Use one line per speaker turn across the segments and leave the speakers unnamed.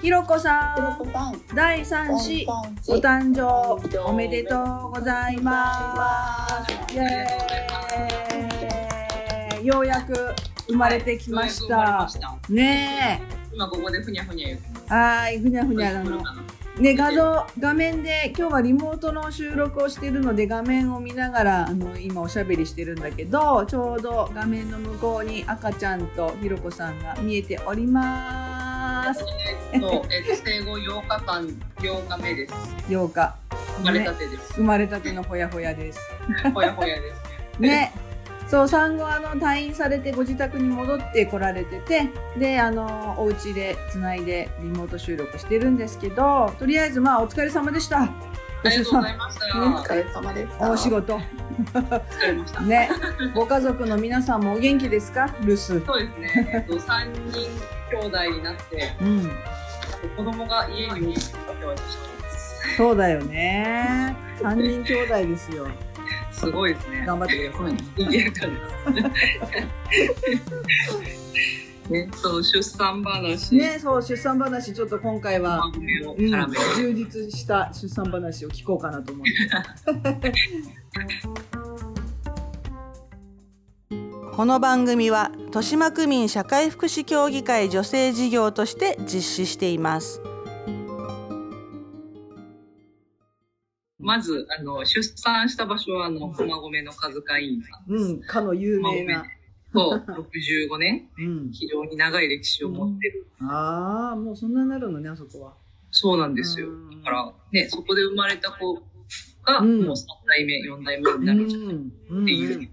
ひろこさ
ひろこ
ん、
さん、
第三子、
ポン
お
ポンチ
誕生おめでとうございます。イエーイようやく生まれてきまし
はいよう
た
やく生まれま。した
ね
今ここでふにゃふにゃ言う。
え、はい、ふにゃふにゃな
これ
の
か。な
ね、画像、画面で、今日はリモートの収録をしているので、画面を見ながら、あの、今おしゃべりしてるんだけど、ちょうど画面の向こうに赤ちゃんとひろこさんが見えております。
えっと、えっと、生後8日間、8日目です。
8日。
生まれた
ね
てです。
生まれたてのほやほや です。
ほやほやで す。
ね。そう産後あの退院されてご自宅に戻ってこられててであのお家でつないでリモート収録してるんですけどとりあえずまあお疲れ様でした
ありがとうございました。
お疲れ様でした。
お仕事
疲れました。
ね ご家族の皆さんもお元気ですか留守
そうですね。えっと、三人兄弟になって、
うん
子供が家に見えてきたって私はです。
そうだよね三人兄弟ですよ
すごいですね。
頑張ってください
賑やかです。ね、そう、出産話。
ねそう出産話ちょっと今回は、
番組を
うん
絡めて。
充実した出産話を聞こうかなと思って
この番組は豊島区民社会福祉協議会女性事業として実施しています
まず、あの、出産した場所は、あの、駒込の和賀院さんです。
うんかの有名な、
そう、65年、
うん、
非常に長い歴史を持ってる。
ああ、もうそんなになるのね、あそこは。
そうなんですよ
う。ん
だから、ね、そこで生まれた子が、
うん
もう3代目、4代目になるじゃん
うん
っていう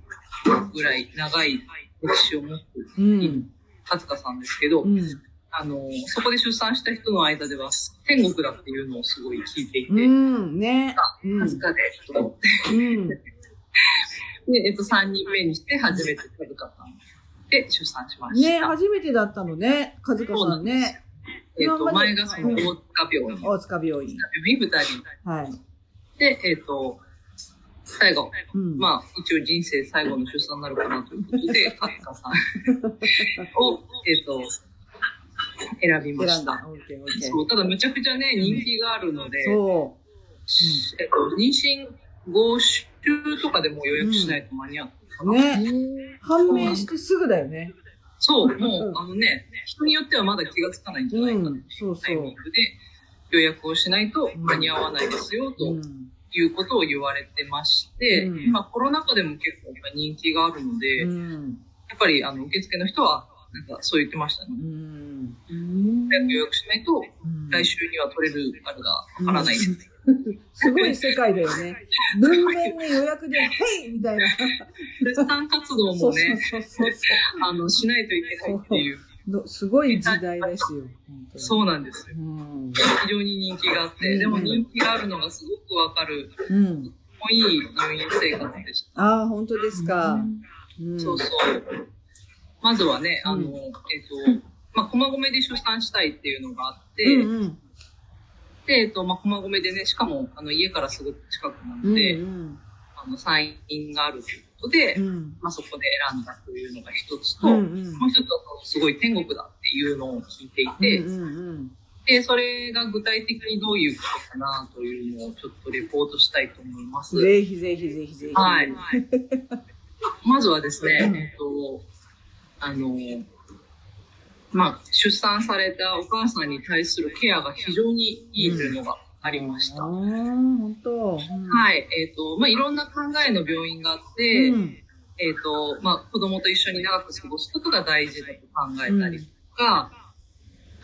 ぐらい長い歴史を持ってる、
うん。
和香さんですけど、
うん。
あの、そこで出産した人の間では、天国だっていうのをすごい聞いていて、
うん。ね。うん
和香で、
うん。
で、えっと、3人目にして初めて和香さんで出産しました。
ね、初めてだったのね、和香さんね。
えっと、
今まで
前がその大塚病院。
大塚病院。
病院二人。
はい。
で、えっ、と、最後、
うん。
まあ、一応人生最後の出産になるかなということで、 カッカさんを、えっ、と、選びま
選
し
んだ
た。。
オッケーオッケ
そう、ただむちゃくちゃね、人気があるので
ー。、そ
しえっ、と、妊娠5週とかでもう予約しないと間に合うか
う。
な。
ね。判明してすぐだよね。
そう、も
う、。
うんあのね、人によってはまだ気がつかないんじゃないうかというん
そう
タ
そ
イミ
う
ン。グで予約をしないと間に合わないですよ、と。
うん。
いうことを言われてまして、
うん
まあコロナ禍でも結構今人気があるので、
う
や
ん。
っぱりあの受付の人はなんかそう言ってましたね。
うん。
早く予約しないと
うん
来週には取れるあれが払らないです。
すごい世界だよね。文面に予約で、はいみたいな。
出産活動
そ
も
うそう
ね、
そうそう。
あのしないといけないっていう、
のすごい時代ですよ。本当に
そうなんですよ。
うん。
非常に人気があっ
う
て、
ん
でも人気があるのがすごくわかる、
うん。
もういい入院生活でした。
ああ、本当ですか。うん。
そうそう。まずはね、あ
う
の、
ん
えっと、まあ、駒込で出産したいっていうのがあって、
うんうん。
で、えっと、まあ、駒込でね、しかも、あの、家からすぐ近くな
う
の
ん
で、
うん。
あの、サインがあるということで、
うん。
まあ、そこで選んだというのが一つと、
うんう
も
ん。
う一つは、そのすごい天国だっていうのを聞いていて、
うんうん
で、それが具体的にどういうことかなというのをちょっとレポートしたいと思います。
うん。ぜひぜひぜひぜひ。
はい。まずはですね、
うん
えっと、あの、まあ、出産されたお母さんに対するケアが非常にいいというのがありまし
あ
た。
あ、本当。い。
はい。えっ、と、まあ、いろんな考えの病院があって、
うん。
えっ、と、まあ、子供と一緒に長く過ごすことが大事だと考えたりとか、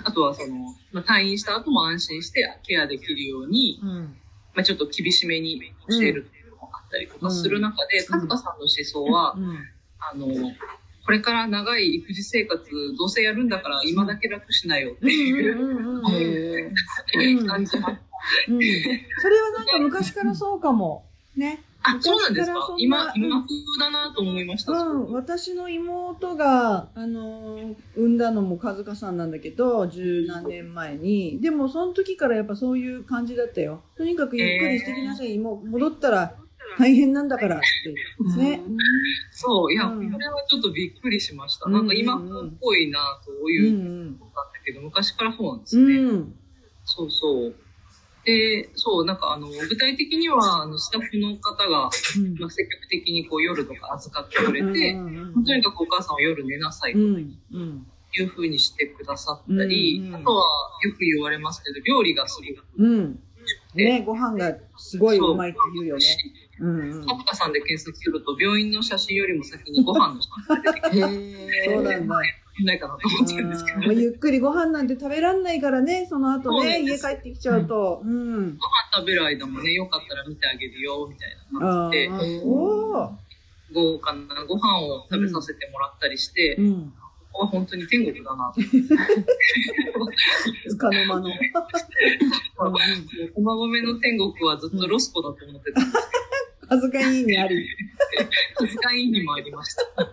あとはその、まあ、退院した後も安心してケアできるように、
うん。
まあ、ちょっと厳しめに教えるっていうのもあったりとかする中で、
うん
和香さんの思想は
う、ん。
あの、これから長い育児生活、どうせやるんだから今だけ楽しなよっていう
うん。うん。うん。ん
感じます。
それはなんか昔からそうかも。ね。
あ、そうなんです
昔から
か
そんな
今、今風だなと思いました。
うん、私の妹が、あのー産んだのも和香さんなんだけど十何年前にでもその時からやっぱそういう感じだったよとにかくゆっくりしてきなさい、もう戻ったら大変なんだからって。ね。
そう、いや、
うん
これはちょっとびっくりしました。
うんうん
な
うん
んか今っぽいな、と
う。
いうんことだったけど、昔からそうなんです
う
ね。
ん。
そうそう。で、そう、なんかあの、具体的には、あの、スタッフの方
う
が、
ん
まあ、積極的にこう夜とか預かってくれ
うん
て、
うん
とにかくお母さんは夜寝なさいと
うん。うん。
いうふうにしてくださったり、
うんうん
あとはよく言われますけど、料理がすごく
うん。ね、ご飯がすごいうまいって言うよね。うんうん。
パプカさんで検索すると、病院の写真よりも先にご飯の写真が出てきて、
そう
へえ。
なんだ。
ないかなと思ってるんですけど、
うんゆっくりご飯なんて食べらんないからね、その後
そうな
ね、
んで
家
す
帰ってきちゃうと。うん。
食べる間もね、よかったら見てあげるよ、みたいな
あ
感じで、
ーおー
豪華なご飯を食べさせてもらったりして、
うん。
ここは本当に天国だなと。
つかの間の。うん
駒込の天国はずっとロスコだと思ってたんです
恥ずかいにあり。
けど、スカインにもありました。
10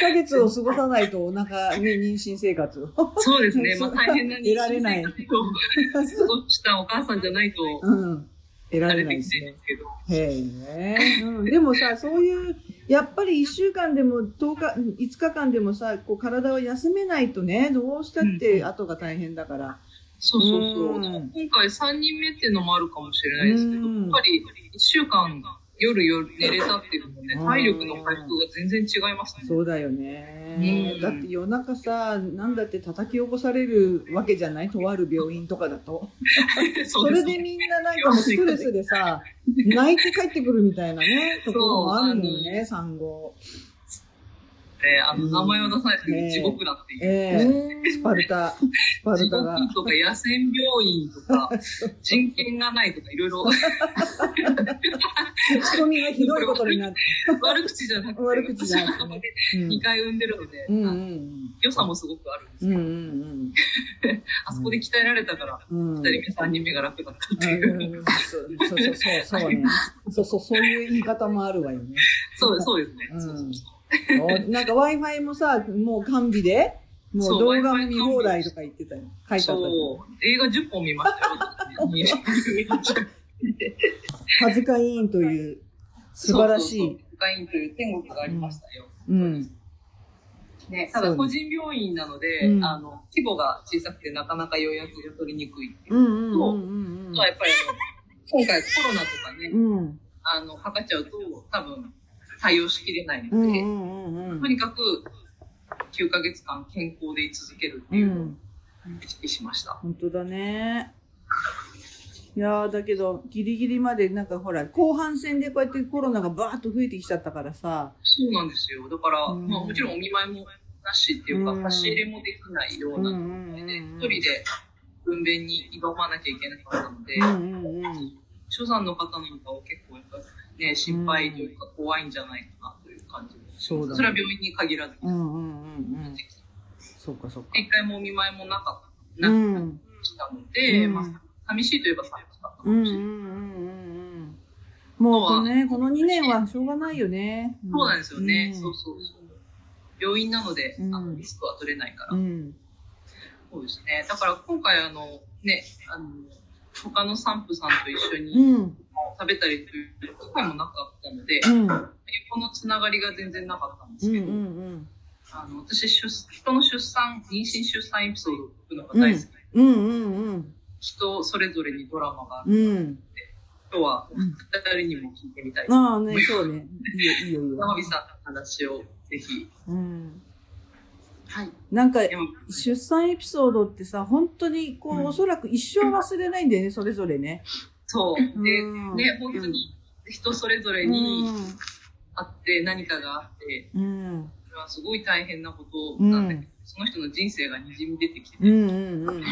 ヶ月を過ごさないと、なんかね、妊娠生活を。
そうで すね、まあ大変な
得られない
人生を過ごしたお母さんじゃないと、
うん。得ら
あ
れ
れ
な
で
いで
き
す
ないん
ね
で。すけど、
へえ、うん。でもさ、そういう、やっぱり1週間でも10日、うん5日間でもさ、こう体を休めないとね、どうしたって後が大変だから。
そうそうそうう。
ん
でも今回3人目っていうのもあるかもしれないですけど、
うん
やっぱり1週間夜夜寝れたっていうのもね
うん、
体力の回復が全然違いますね。
そうだよね
う。ん
だって夜中さ、なんだって叩き起こされるわけじゃないとある病院とかだと。そ
す
れでみんななんかもうストレスでさ、泣いて帰ってくるみたいなね、 ところもあるのよね、産後。
ね、あの、
うん
名前を出さないという地獄だっていう。
ええスパルタ、スパ
地
ルタ
獄
が。
とか野戦病院と か、人権がないとかいろいろ
口コミがひどいことになって、
悪口じゃなくて、
悪口じゃなくてねうん
2回産んでるので、
うんうん
良さもすごくあるんです
う
け
ん。う
ど、
ん
あそこで鍛えられたから、
うんうん。うん
2人目、3人目が楽だったっていう。
うんそうそうそうそうそうね。そうそうそういう言い方もあるわよね。
そうそうですね。
うん
そうそう
おなんか Wi-Fi もさ、もう完備で、も
そうう
動画も見放題とか言ってたよ。書いてあったよ。
そう映画10本見ましたよ。
恥ずかいんという 素晴らし
そうそう
い。
そう。会員という天国がありましたよ。
うん。
ね、ただ個人病院なので、
うん
あの、規模が小さくてなかなか予約が取りにくいっていうう。
んうんうんうん
あとはやっぱりあの、今回コロナとかね、
うん。うん
あの、かかっちゃうと多分対応しきれないの
う
で、
んうんうん
とにかく9ヶ月間健康で居続けるって
う
いうのを
ん。
意識しました。
本当だね。いやーだけどギリギリまでなんかほら後半戦でこうやってコロナがバーッと増えてきちゃったからさ、
そうなんですよ。だから、
うん
まあもちろんお見舞いもなしっていうか、
うん
差し入れもできないようなの
ん
で、一人で分娩に挑まなきゃいけなかったので、
うんうんうん
初産の方なんかは結構やっぱね、心配というか怖いんじゃないかなという感じで、
そうだ
それは
ね。
病院に限らず、
うんうんうんうん。そうかそうか。
一回もお見舞いもなかった、
う
なん
うん
くしたので、
うん
まあ、寂しいといえば寂しかったか
うんうん
も
うん
しれない。
うん。もうこのねこの2年はしょうがないよね。
そうなんですよね。そう
そ
そうそう。病院なので、あ
う
の
ん
リスクは取れないから。
うん。
そうですね。だから今回あの、ね、あの、他の産婦さんと一緒
う
に
ん
食べたりという機会もなかったので、
うん
このつながりが全然なかったんで
う
す
んう
けど、
ん
あの、私出、人の出産、妊娠出産エピソードを聞くのが大好き。
うんうん
人それぞれにドラマがある。
うんうん。
今日は、
うん
二人にも聞いてみたい。
ああねそうねいいよいいよいいよ。
山美さんの話をぜひ。
うん。
はい。
なんか
山
出産エピソードってさ本当にこう、
うん
おそらく一生忘れないんだよねそれぞれね。
そう。で、
うん
ね、本当に人それぞれにあって、何かがあって、
うんうん
それはすごい大変なことなんだけど、その人の人生がにじみ出てきて、
うんうんうん。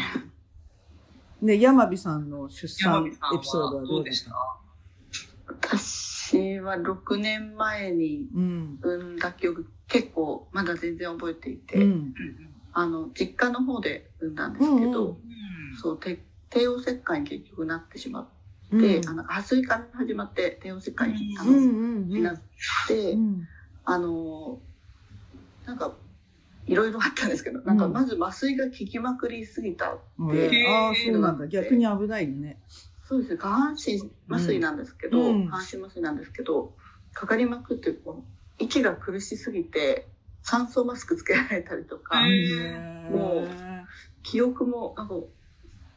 ね山火さんの出
山
産
美さん
エピソードは
は
ど
ど
う
う
で
で
し
したた
私は6年前に
うん
産んだ記憶結構まだ全然覚えていて、
うん
あの実家の方で産んだんですけど、
うんうん
そうて帝王切開に結局なってしまっ
う
て、
ん
あの破水から始まって帝王切開にあ
う
の、
んうんうん
なって、
うん
あのなんかいろいろあったんですけど、なんかまず麻酔が効きまくりすぎた
うん
で
ああそうなんだ
うん
逆に危ないよね。
そうですね下半身麻酔なんですけど、
うん
下半身麻酔なんですけどかかりまくってこう息が苦しすぎて酸素マスクつけられたりとか、
うん
も記憶もなんか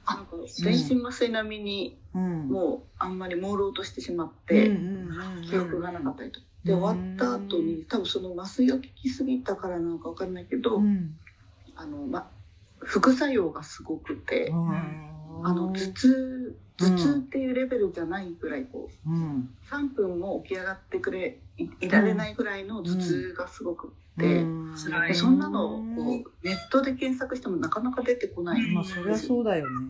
なんか全身麻酔並みに
うん
もうあんまり朦朧としてしまっ
うん
て、
うん
記憶がなかったりとか。で終わった後に多分その麻酔が効きすぎたからなのかわかんないけど、
うん
あのま副作用がすごくて、
うん
あの頭痛頭痛っていうレベルじゃないぐらいこう
うん
3分も起き上がってくれいいられないぐらいの頭痛がすごくって、
うん
辛
で
い
そんなのをこうネットで検索してもなかなか出てこない、
まあそりゃそうだよね。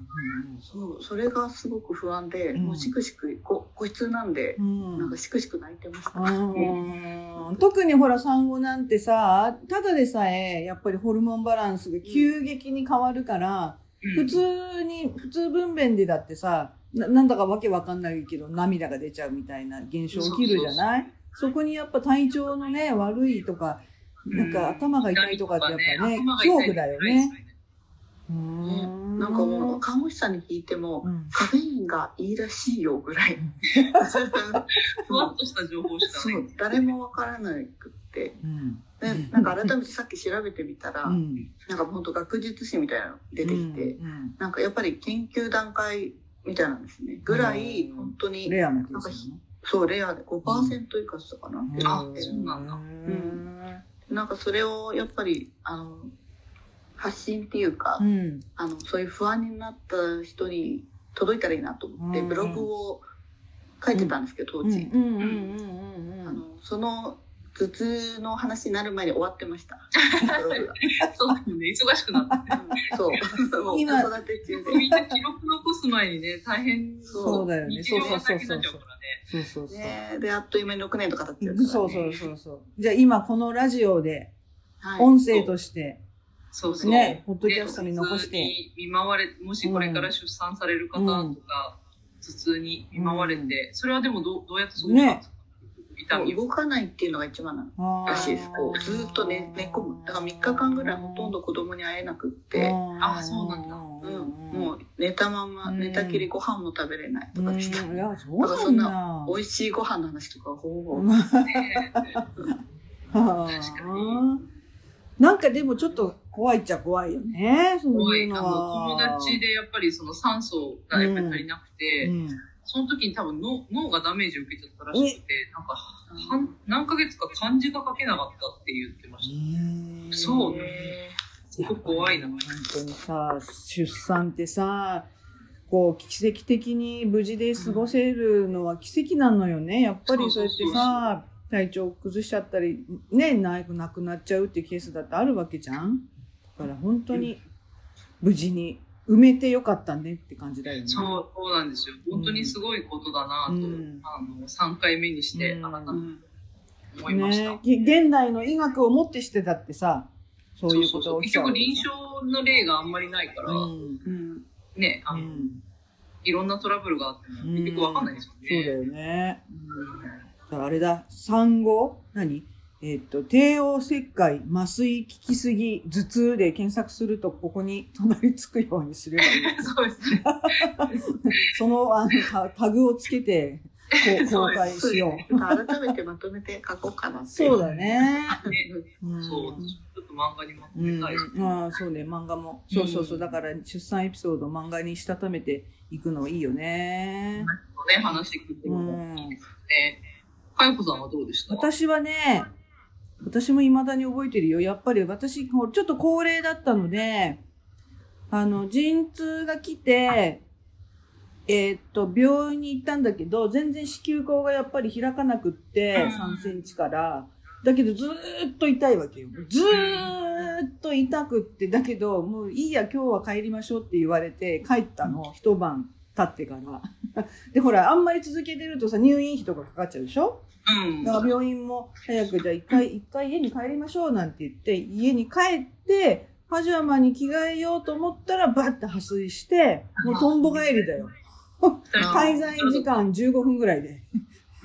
そうそれがすごく不安で、
うん
もうしくしくこ個室なんで、
うん
なんかしくしく泣いてました、
うん特にほら産後なんてさただでさえやっぱりホルモンバランスが急激に変わるから、普通に普通分娩でだってさななんだかわけわかんないけど涙が出ちゃうみたいな現象起きるじゃないそこにやっぱ体調のね悪いとかなんか頭が痛いとかってやっぱね恐怖だよね。。
ねなんかもう看護師さんに聞いても、
うん
カフェインがいいらしいよ ぐらい
ふわっとした情報しか
そ
な
う
い。
誰もわからなくって
うん
でなんか改めてさっき調べてみたら、
うん
なんか本当学術誌みたいなの出てきて、
うん
なんかやっぱり研究段階みたいなんですねぐらい
うん
本当に、
レアなケースだね
そうレアで5%以下したかな、
あ
で
そうなんだ
ん
なんかそれをやっぱりあの発信っていうか、
うん
あのそういう不安になった人に届いたらいいなと思って、
うん
ブログを書いてたんですけど、当時、
うんうんうんうんうん
あのその頭痛の話になる前に終わってま した。ブログが
そうですね。忙しくなって。
うんそう、もう子
今
育て中で。
みんな記録残す前にね、大変
そうだよね。
日
そう
常
そ
が
うそ
大
う
変に
そう
なっちゃうからね。
そうそうそう。
ね、であっという間に6年とか経ってるから、ね、
そうそうそうそう。じゃあ今このラジオで
はい
音声として、
そうそう。
ね、ポッドキャストに残し
頭痛
て。
に見舞われ、もしこれから出産される方とか、頭痛に見舞われて、それはでもどうどうやってそうしたんですか痛みを。
動かないっていうのが一番なの
あー
らしいですこうずーっと寝寝込むだから3日間ぐらいほとんど子供に会えなくって、
あーそうなんだ
うんもう寝たまま
うん
寝たきりご飯も食べれないと
う
か
ん、
で
い
した、
や、そう
だから
な
そ
ん
ん
だ。
美味しいご飯の話とかはほぼほぼ、
ね
あ
確か
ーなんかでもちょっと怖いっちゃ怖いよね、そう
怖
いう
い。あ
の
の、友
は。
達でやっぱりその酸素がやっぱり足りなくて、
うん
その時に多分脳脳がダメージを受けちゃったらしくて、なんか、半何ヶ月か漢字が書けなかったって言ってました。そうねすごく怖いな。
本当にさ、出産ってさ、こう奇跡的に無事で過ごせるのは奇跡なのよね。やっぱりそうやって
そうそうそ
さ、体調を崩しちゃったり、ね、なくなくなっちゃうっていうケースだってあるわけじゃん。だから本当に無事に埋めてよかったねって感じだよね。
そう、そうなんですよ。本当にすごいことだなと、
うん
あの、3回目にして、
うん
改めて
うん
思いました。
ね、き現代の医学をもってしてだってさ、そういうことが起き
結
ちゃう
局
わけ
臨
じ
床の例があんまりない
ゃ
から、
ん。うん
うん
ね、あ
う
の、
ん
いろんなトラブルがあっても、結局わかんないですよね。
そうだよね。だからあれだ、産後、何えっと、帝王切開、麻酔効きすぎ、頭痛で検索すると、ここに隣りつくようにすればいい。
そうですね。
そのあのタタグをつけて、 こう公開しよう。
そう改めてまとめて書こうかなって
そうだね。うん
そう、ちょっと漫画にまと
う
め
ん、
たいです。
ああそうね漫画もそうそうそううんだから出産エピソードを漫画にしたためていくのいいよね、
ね、話していくっていう
う
のも
ん、
ね。かよこさんはどうでした
私はね、私も未だに覚えてるよ。やっぱり私、ほらちょっと高齢だったので、あの、陣痛が来て、えーっと、病院に行ったんだけど、全然子宮口がやっぱり開かなくって、
うん
3センチから。だけど、ずーっと痛いわけよ。ずーっと痛くって、だけど、もういいや、今日は帰りましょうって言われて、帰ったの、一晩経ってから。 で、ほら、あんまり続けてるとさ、入院費とかかかっちゃうでしょ
うん。
だから病院も早くじゃあ一回、一回家に帰りましょうなんて言って、家に帰って、パジャマに着替えようと思ったら、バッて破水して、もうとんぼ帰りだよ。
二人とも
滞在時間15分ぐらいで。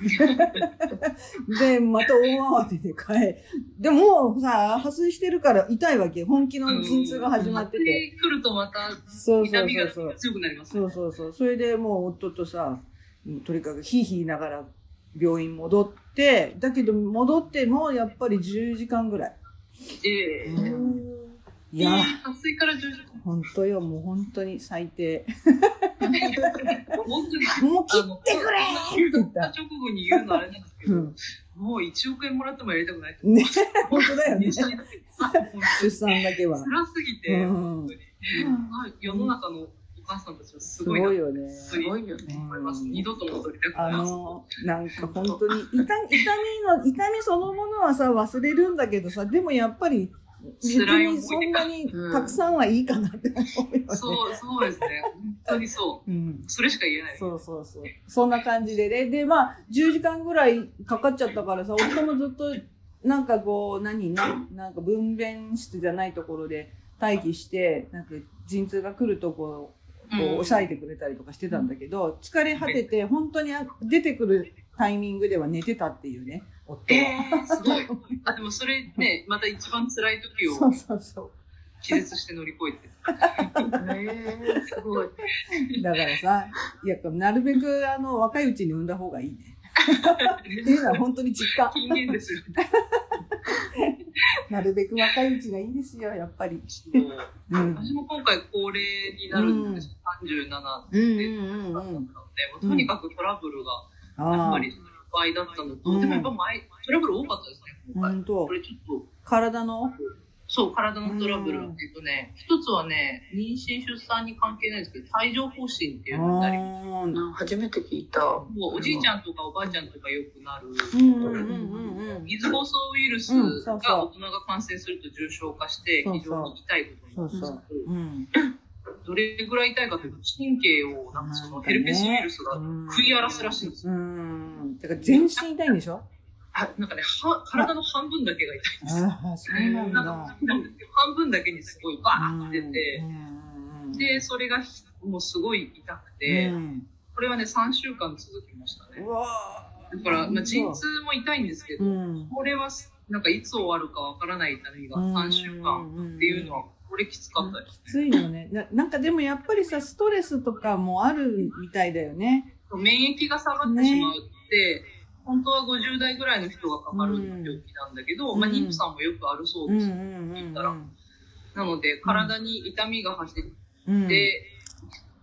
で、また大慌てで帰る。でも、もうさ、破水してるから痛いわけ。本気の陣痛が始まってて。
来るとまた
そうそ
痛
う
み
そ
が
うそう。
強くなりますね。
そうそうそう。それでもう夫とさ、とにかくヒーヒー言いながら病院戻って、だけど戻ってもやっぱり10時間ぐらい。
ええ
いや、
撥水から徐々に
本当よ、もう本当に最低。
本当に
もう切ってくれって言っ。
言ったた直後に言うのあれなんですけ
う
ど、
ん。
もう1億円もらってもやりたくないと思
ね、本当だよ
う。
ね
に。したい
出産だけは。
辛すぎ
う
て、
ん。
あ世の中のお母さんたちはす
す
ご
ご
いなと
いよね。
すごいよね。
思います。二度と戻りたくな
あ
い。
の、なんか本当に痛、痛みの、痛みそのものはさ、忘れるんだけどさ、でもやっぱり、別
辛い
に
思い出
そんなにたくさんはいいかなって思うよね。。
そう、そうですね。本当にそう
ん
う。。それしか言えない。
そうそうそう。そんな感じでね。で、まあ、10時間ぐらいかかっちゃったからさ、夫もずっと、なんかこう、何、ななんか分娩室じゃないところで待機して、なんか陣痛が来るとこをこう抑えてくれたりとかしてたんだけど、疲れ果てて、本当にあ出てくるタイミングでは寝てたっていうね、夫
え
は。
えー、すごい。あ、でもそれね、また一番辛い時
そ
を
うそうそ
気絶して乗り越えて。
ねえすごい。
う。だからさ、いや、なるべくあの、若いうちに産んだ方がいいね。っていうのは 本当に実感。
禁言ですよ。
なるべく若いうちがいいですよ、やっぱり。
もう
うん。
私も今回高齢になるんですよ。37だっ
うんうんうん
た
う
の
ん
で、もうとにかくトラブルがやっ
あ
ぱ
あ
りいっぱいだった
う
の
ん
と、でもやっぱ前、トラブル多かったですね、今回。
本当
これちょっと、
体の
そう、体のトラブル。
うん
えっとね、一つはね、妊娠出産に関係ないんですけど、帯状疱疹っていうのになります。
あー
あ初めて聞いた。
もうおじいちゃんとかおばあちゃんとかよくなる。
うんうんうんうん
水ぼうそうウイルス
うんそうそう
が大人が感染すると重症化して
そうそう
非常に痛いことになるんですけど
うん
どれぐらい痛いかというと神経をなんかそのヘルペスウイルスが食い荒らすらしいんですよ。
うんだから全身痛いんでしょ
あなんかねは体の半分だけが痛いんですよ。
ああそうなん
なん
だ
かなんですけど半分だけにすごいバーって出て、
うん
でそれがひもうすごい痛くて、
うん
これはね3週間続きました
う
ね。
わ
だから、まあ、陣
痛
痛も痛いんですけど、
うん
これはなんかいつ終わるかわからない痛みが3週間っていうのはこれきつかったです
きついよねななんかでもやっぱりさストレスとかもあるみたいだよね
免疫が下がってしまうって、本当は50代ぐらいの人がかかる病気なんだけど、
うん
まあ、妊婦さんもよくあるそう
うん
で
う
す。
んうん
なので、体に痛みが走っ
うん
て、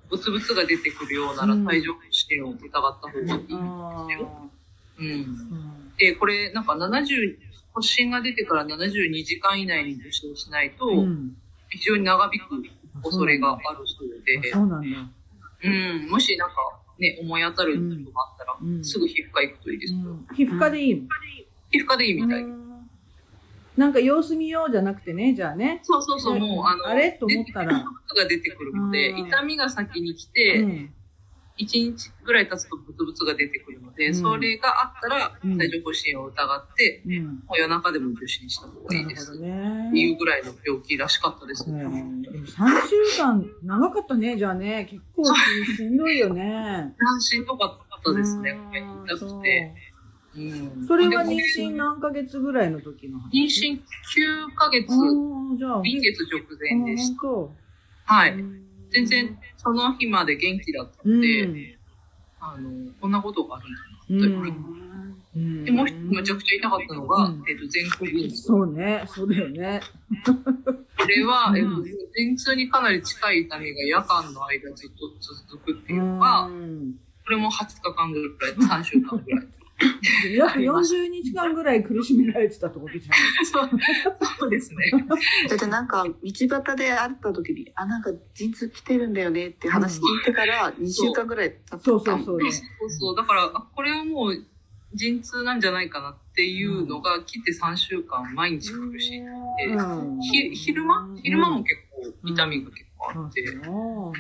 ブツブツが出てくるようなら
うん
体状試験を疑った方がいい。
あ
うん。
ー
で、これ、なんか70、発疹が出てから72時間以内に受診しないと、
うん
非常に長引く恐れがあるそうで
あ、そうなんだ
うん、もしなんかね、思い当たることがあったら、
うん
すぐ皮膚科行くといいですよ。
うん皮膚科でいいの
皮膚科でいいみたい。
うんなんか様子見ようじゃなくてね、じゃあね。
そうそうそう、
うん
もう、あの、
あれと思ったら
出てくることが出てくるので、
うん
痛みが先に来
う
て、
ん。
一1日ぐらい経つとブツブツが出てくるので、
うん
それがあったら、
うん
帯状疱疹を疑って、
うん。
もう夜中でも受診した方がいい
な
で
るほ
す。
ど
ってい
ね。
うぐらいの病気らしかったです
う
ね。
んでも3週間長かったね、じゃあね。結構しんどいよね。
安心とかだったですね、これ
うん
痛くて。うん
そうそれは妊
で
娠何ヶ月ぐらいの時の話
妊娠9ヶ月、
ああ、じゃあ。
臨月直前でした。
本
は
当
い。全然、その日まで元気だった
うんん
で、あの、こんなことがあるんだな。
うん
本当に
うん
で、もう一つむちゃくちゃ痛かったのが、
うん
えっと、前後便
そうね、そうだよね。
これは、
うん
えっと、陣痛にかなり近い痛みが夜間の間ずっと続くっていうのが、
うん
これも20日間ぐらい、3週間ぐら い。
約40日間ぐらい苦しめられてたってことじゃない
そうそうですね。
だってなんか道端で会った時に、あ、なんか陣痛来てるんだよねって話聞いてから2週間ぐらい経った。
そうそうそうね。
そうそう。だから、あこれはもう、陣痛なんじゃないかなっていうのが、来て3週間毎日苦しい。
うん
ひ昼間昼間も結構痛みが結構あって、
そう
も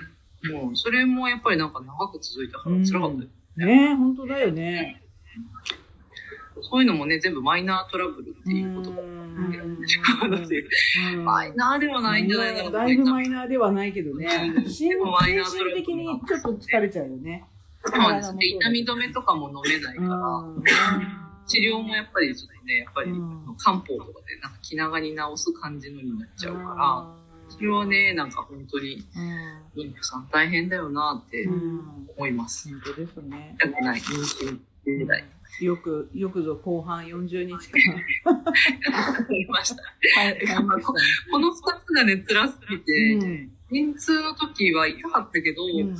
うそれもやっぱりなんか長く続いたから辛かったよ、
ねえ、本当だよね。
そういうのもね、全部マイナートラブルっていうことが
うん
違うので、
うん
マイナーではないんじゃないかなと
だいぶマイナーではないけどね。
うん
心
でもマイナー
精神的にちょっと疲れちゃうよね。
そうですね。痛み止めとかも飲めないから、治療もやっぱりちょっとね、やっぱり
うん
漢方とかでなんか気長に治す感じのになっちゃうから、それはね、なんか本当に、妊婦さん大変だよなって
うん
思います。
本当ですね。
痛くない、妊娠時代。
よく、よくぞ後半40日間。
わかりました。
はい、買いましたね。
この二つがね、辛すぎ
う
て、
ん
陣痛の時は痛かったけど、
うん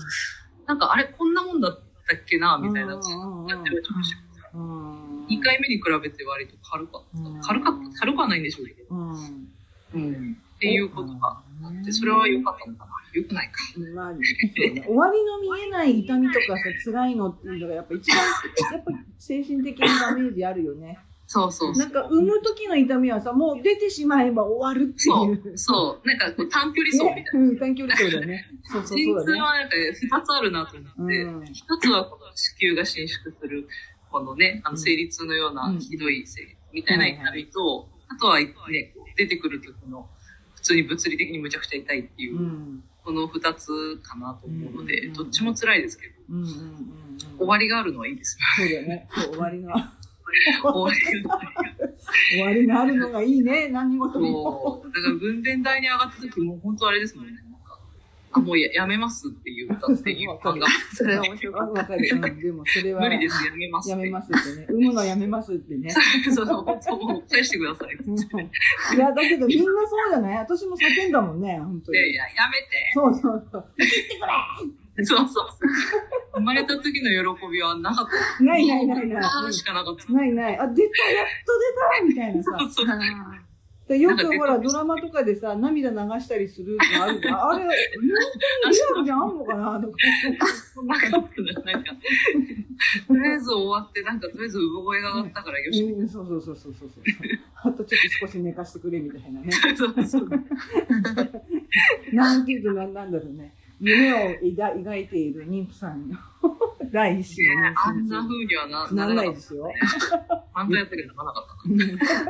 なんかあれ、こんなもんだったっけな、みたいな。
うんうんうん
やってました
うん
2回目に比べて割と軽かった。軽かった、軽くはないんでしょうけど。
うん
うん。っていうことがあって、それは良かったのかな。良くないか。
まあ、そうね終わりの見えない痛みとかさ、辛いのっていうのが、やっぱ一番、やっぱ精神的にダメージあるよね。
そうそうそ
なん
う。
か、産む時の痛みはさ、もう出てしまえば終わるって
そ
いう
う、。そう。なんかこう短距離走みたい
ね、うん、短距離走だね。そう
な。
そう
陣
そう
痛
だね。
はなんか2つあるなと思って、
うん
1つはこの子宮が伸縮する、このね、あ
うん
の生理痛のよう
う
なんひどい生理みたいな痛みと、あとはね、こう出てくる時の普通に物理的にむちゃくちゃ痛いっていうう、
ん。
この2つかなと思うの
うんうん
で、
うん
どっちも辛いですけど、
うんうんうん。
終わりがあるのはいいですね。
そうだよね。そう、終わりが、終
終わりが
わりがあるのがいいね、何事も。
もう、だから分娩台に上がった時もう本当あれですもんね。なんかあ、もうややめますっていう歌っていう感が、
それは面白かっ
わかる。うんでも、それは
無理です、やめます
や
って。
めますってね。産むのやめますってね。
そうそう、本当もう返してください。
うんいや、だけどみんなそうじゃない私も叫んだもんね、本当
いやい
に。
や、やめて。
そうそうそう。
そうそう生まれた時の喜びはなかった。
ないないないない。
あーしかなかった。
ないない。あ、出た、やっと出たみたいなさ。
そうそう
た。
でよくほら、ドラマとかでさ、涙流したりするのあるじゃん。あれ、本当にリアルにあんのかなとか。
そんな感じだなんか、とりあえず終わって、なんか、とりあえず産声が上がったからよし。
うん、そうそうそうそうそうそう。あとちょっと少し寝かしてくれみたいなね。
そうそう。
なんていうの、なんだろうね。夢を抱描いている妊婦さんの 第一子
ねあ
の
んな
妊
風にはな
娠ならな
ならないかっ
です よ。
た。漫才やったけどならなかった。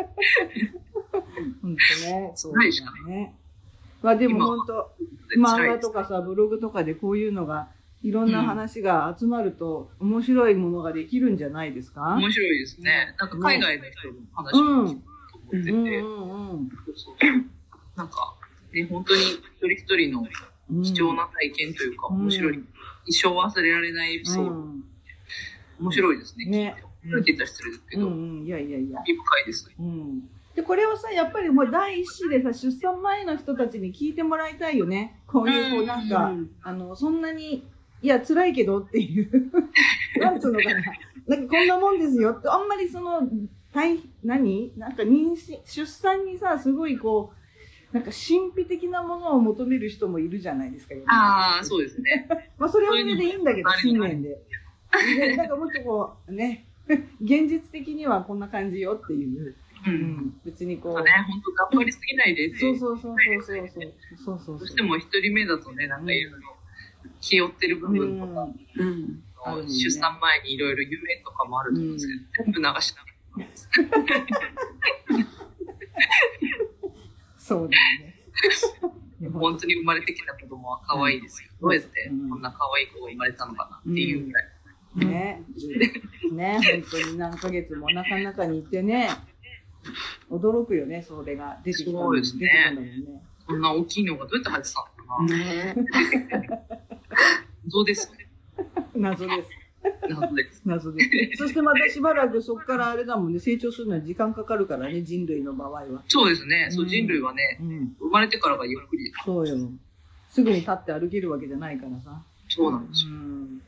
うん本当ね、そうだ
ないしか
ね。まあで
今
も
は
本当、
辛
漫
い
画とかさ、ブログとかでこういうのが、いろんな話が集まると、面白いものができるんじゃないですか
面白いですね。なんか海外の人の話
う
を
ん。う
聞
ん
こうと思って
う
て、
んうん
そうそうそうなんか、ね、本当に一人一人の
うん。
貴重な体験というか、
うん
面白い、一生忘れられないエピソード、
うん
面白いですね。
ね
聞いて面白いって言ったら失礼ですけ
う
ど、
んうん、いやいやいや。
意味深いです。
うん。で、これをさ、やっぱりもう第一子でさ、出産前の人たちに聞いてもらいたいよね。こういう、こうなんか、あの、そんなに、いや、辛いけどっていう、 なんつうのかな。なんかこんなもんですよって、あんまりその、大、何なんか妊娠、出産にさ、すごいこう、なんか神秘的なものを求める人もいるじゃないですか。世の中
ああ、そうですね。
まあ、それはそれでいいんだけど、
そういう
信
のも
念で。でなんかもっとこう、ね、 現実的にはこんな感じよっていう。う
う。
んん、別にこ
そう
う
ね、、本当頑張りすぎないでって、
そう
ど
そうそうそうそうそうそうそうう
しても一人目だとね、なんかいろいろ気負ってる部
う
分と
ん
か、
うん。
あるもんね
出産前にいろいろ夢とかもあると思うんですけど、全部流しながら
そうだよねいや。
本当に生まれてきた子供は可愛いですよ。どうやって
うん
こんな可愛い子が生まれたのかなっていうぐらい。
ね、ね、本当に何ヶ月もお腹の中にいてね、驚くよね、それが出てきたの
そうですね
出てくるんだもんね。
こんな大きいのがどうやって入ってたのかな。
ね
どうですね。
謎です。
なんで
謎です。そしてまたしばらくそこからあれだもんね、成長するのは時間かかるからね、人類の場合は。
そうですね。そううん人類はね、
うん、
生まれてからがゆっくり。
そうよ。すぐに立って歩けるわけじゃないからさ。
そうなんですよ。
うん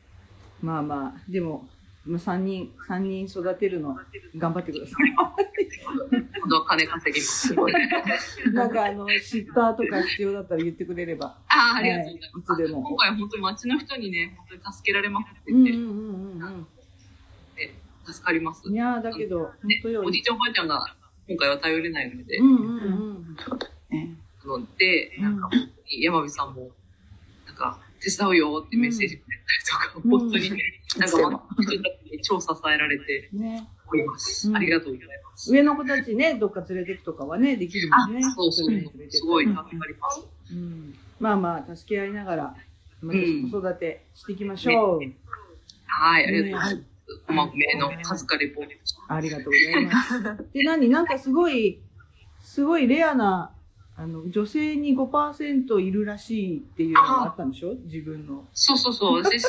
まあまあ、でも、まあ、3人、三人育てるの、頑張ってくださ
今度は金稼ぎます。
い。なんか、あの、シッターとか必要だったら言ってくれれば。
ああ、ありがとうございます。
はいいつでも
今回本当に街の人にね、本当に助けられまくってて、
うんうんうん
助かります
うん。い。やー、だけど、本
ね
当よ。
おじいちゃんおばあちゃんが今回は頼れないので
う、んうんうん。
そうだね。
ので、なんか本当に山火さんも、なんか、手伝うよってメッセージくれたりとか、
うん
本当に、なんか、本当に超支えられて
ね。
おります。
うん
ありがとうございます。
上の子たちね、どっか連れてくとかはね、できるもんね。
あ、そうそう
連れて連れ、て
すごい頑張ります。
うんまあまあ、助け合いながら、また子育てしていきましょう。
はい、ありがとうございます。
はい。
細めのカズカレポート。
ありがとうございます。で、何なんかすごい、すごいレアな、あの、女性に5%いるらしいっていうのがあったんでしょ自分の。
そうそうそ う。私、先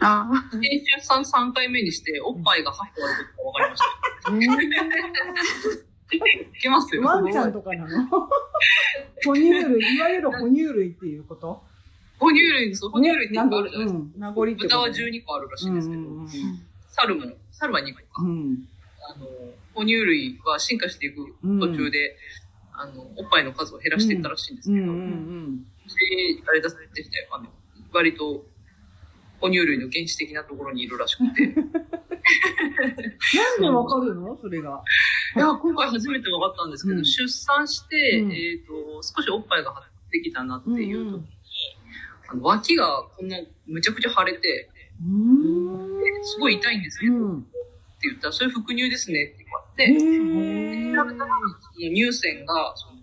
あ
週さん3回目にして、おっぱいが8個あることが分かりました。いけますよ。
ワンちゃんとかなの 哺乳類、いわゆる哺乳類っていうこと
哺乳類です。哺乳類ってい
名
うの
残
があるじゃないですか。
うん、名残ってこと
豚は12個あるらしいんですけど、
うんうん
猿も、猿は2個か。
うん
あの、哺乳類は進化していく途中で、あの、おっぱいの数を減らしていったらしいんです
うんう
け
ん
ど、
うん
であれ出されてきたよ、あの、割と、哺乳類の原始的なところにいるらしく て。い
なんでわかるのそれが。
や、今回初めて分かったんですけど、
うん
出産して、
うん
えっ、と、少しおっぱいが張ってきたなっていう時に、
うんうん
あの脇がこんな、むちゃくちゃ腫れて、
うーん。
すごい痛いんですけど、
うん。
って言ったら、それ副乳ですねって言われ
へ
て、
ー
調べたら、その乳腺が、その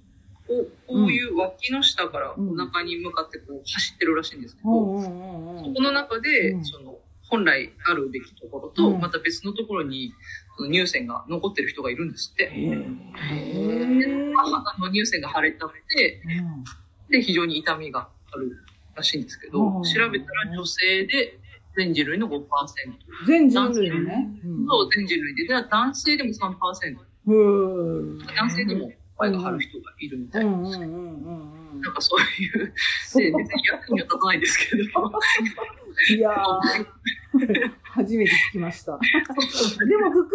こうこういう脇の下から
うん
お腹に向かってこう走ってるらしいんですけど、
うんうんうんうん
この中で、
うん
その本来あるべきところと、
うん
また別のところにその乳腺が残ってる人がいるんですって。
へ
で
ー
あの乳腺が腫れたって、
うん
で、非常に痛みがあるらしいんですけど、
うん
調べたら女性で全人類の5%、
全人類のね。うん
と全人類で、では男性でも3%、
ふー
男性でも声が張る人がいるみた
う
いな。
んうんうんうんうん
なんかそういう、で別に役には立たないんですけど、
いやー 初めて聞きま した。でも、副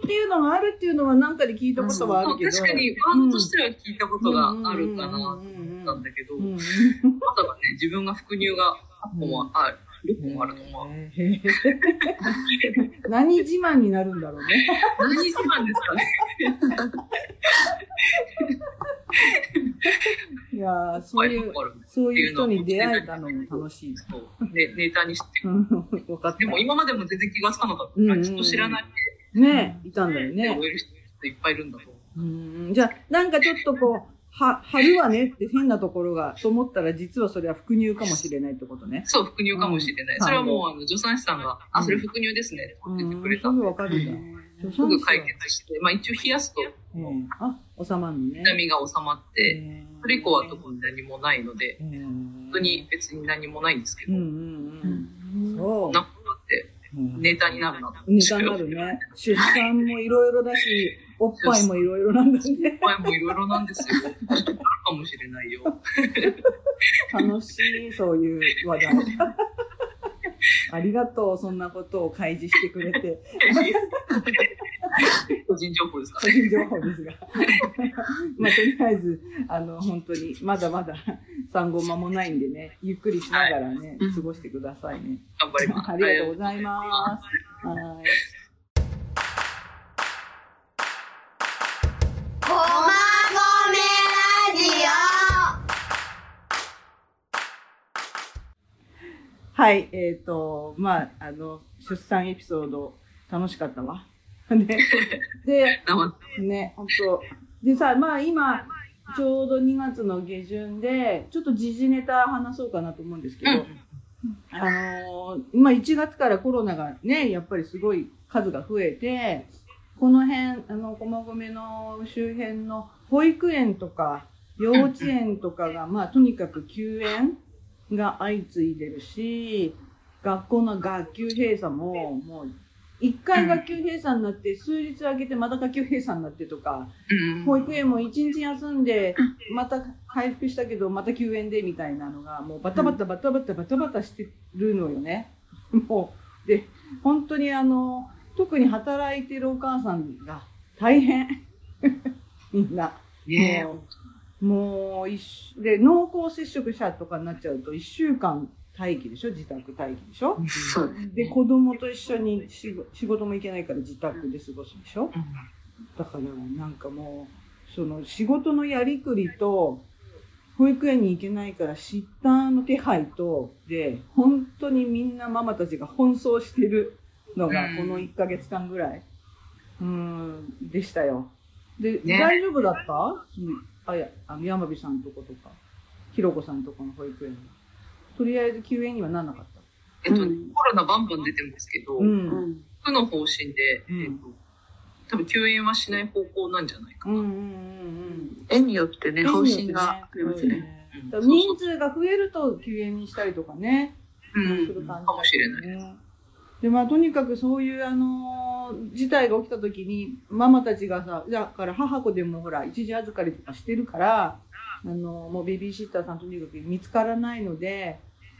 乳っていうのがあるっていうのは何かで聞いたこと はあるけど。
確かにワンとしては聞いたことがあるかなと思ったんだけど、
うんうん
まさかね、自分が副乳が8個もある、6個もあると思う。
へー何自慢になるんだろうね。
何日なんですかね。
いやーそうい
8
う
個、あるんです
そういう人に出会えたのも楽しい。
けど、ね、ネタにして。
うん分かっ
でも
た。
今までも全然気がつかなかったか
うんうんう
ら、
ん
きっと知らない
ねいたんだ
で、
よ
ね、
ね。
終える人いっぱいいるんだと思う。
うんじゃあ、なんかちょっとこう、は、春はねって変なところが、と思ったら実はそれは副乳かもしれないってことね。
そう、副乳かもしれない。
うん
それはもう、あの、助産師さんが、あ、それ副乳ですね、って
うん、
言ってくれ
す
たん
ぐ
で、
わかるんだ。
すぐ解決して、まあ一応冷やすと
うんあ、収まんのね。
痛みが収まって、
えー
それ以降は特に何もないので、
本
本当に。別に何もないんですけ
う
ど、
んう
なん
んうん。そう。
かあって
うん
ネタになるなと思って。
ネタになるね。出産もいろいろだ し、おっぱいもいろいろなんだね。
前もいろいろなんですよ。あるかもしれないよ。
楽しい、そういう話 題。ありがとう、そんなことを開示してくれて。
個人情報ですか
個
らね。
人情報で すが。まあ、とりあえず、あの、本当に、まだまだ産後間もないんでね、ゆっくりしながらね、
はい
過ごしてくださいね。
頑張ります。
ありがとうございます。はい。
ごまごめラジオ
はい、えっ、と、まあ、あの、出産エピソード楽しかったわ。 で、で、
生
ね、本当でさ、まあ今、ちょうど2月の下旬で、ちょっと時事ネタ話そうかなと思うんですけど、
うん
あのーまあ1月からコロナがね、やっぱりすごい数が増えて、この辺、あの、駒込の周辺の保育園とか、幼稚園とかが、まあとにかく休園が相次いでるし、学校の学級閉鎖も、もう、一回学級閉鎖になって、数日空けてまた学級閉鎖になってとか、
うん
保育園も一日休んで、また回復したけど、また休園でみたいなのが、もうバタバタバタバタバタバタしてるのよね。 もう、で、本当にあの、特に働いてるお母さんが大変。 みんな。
ね
もう、もう一週で、濃厚接触者とかになっちゃうと、1週間待機でしょ自宅待機でしょ
あ、そうです
で、
ね。
子供と一緒に仕事仕事も行けないから自宅で過ごすでしょだからなんかもうその仕事のやりくりと保育園に行けないからシッターの手配とで本当にみんなママたちが奔走してるのが
うん
この1ヶ月間ぐらいうんでしたよで、
ね
大丈夫だったうんあやあの山火さんとことかひろこさんとこの保育園はとりあえず休園にはなんなかった
えっと、
うん
コロナバンバン出てるんですけど、
う
うんん
区の方針で、
うん
えっと、多分休園はしない方向なんじゃないか
うんうん
な。
うんうん
園によってね、方針が
あ
ありますね。
うん
人数が増えると休園にしたりとかね、
うん、
する
か
感じ
もしれない。
い。でまあ、とにかくそういう、あのー事態が起きた時にママたちがさだから母子でもほら一時預かりとかしてるから、あのーもうベビーシッターさんとにかく見つからないので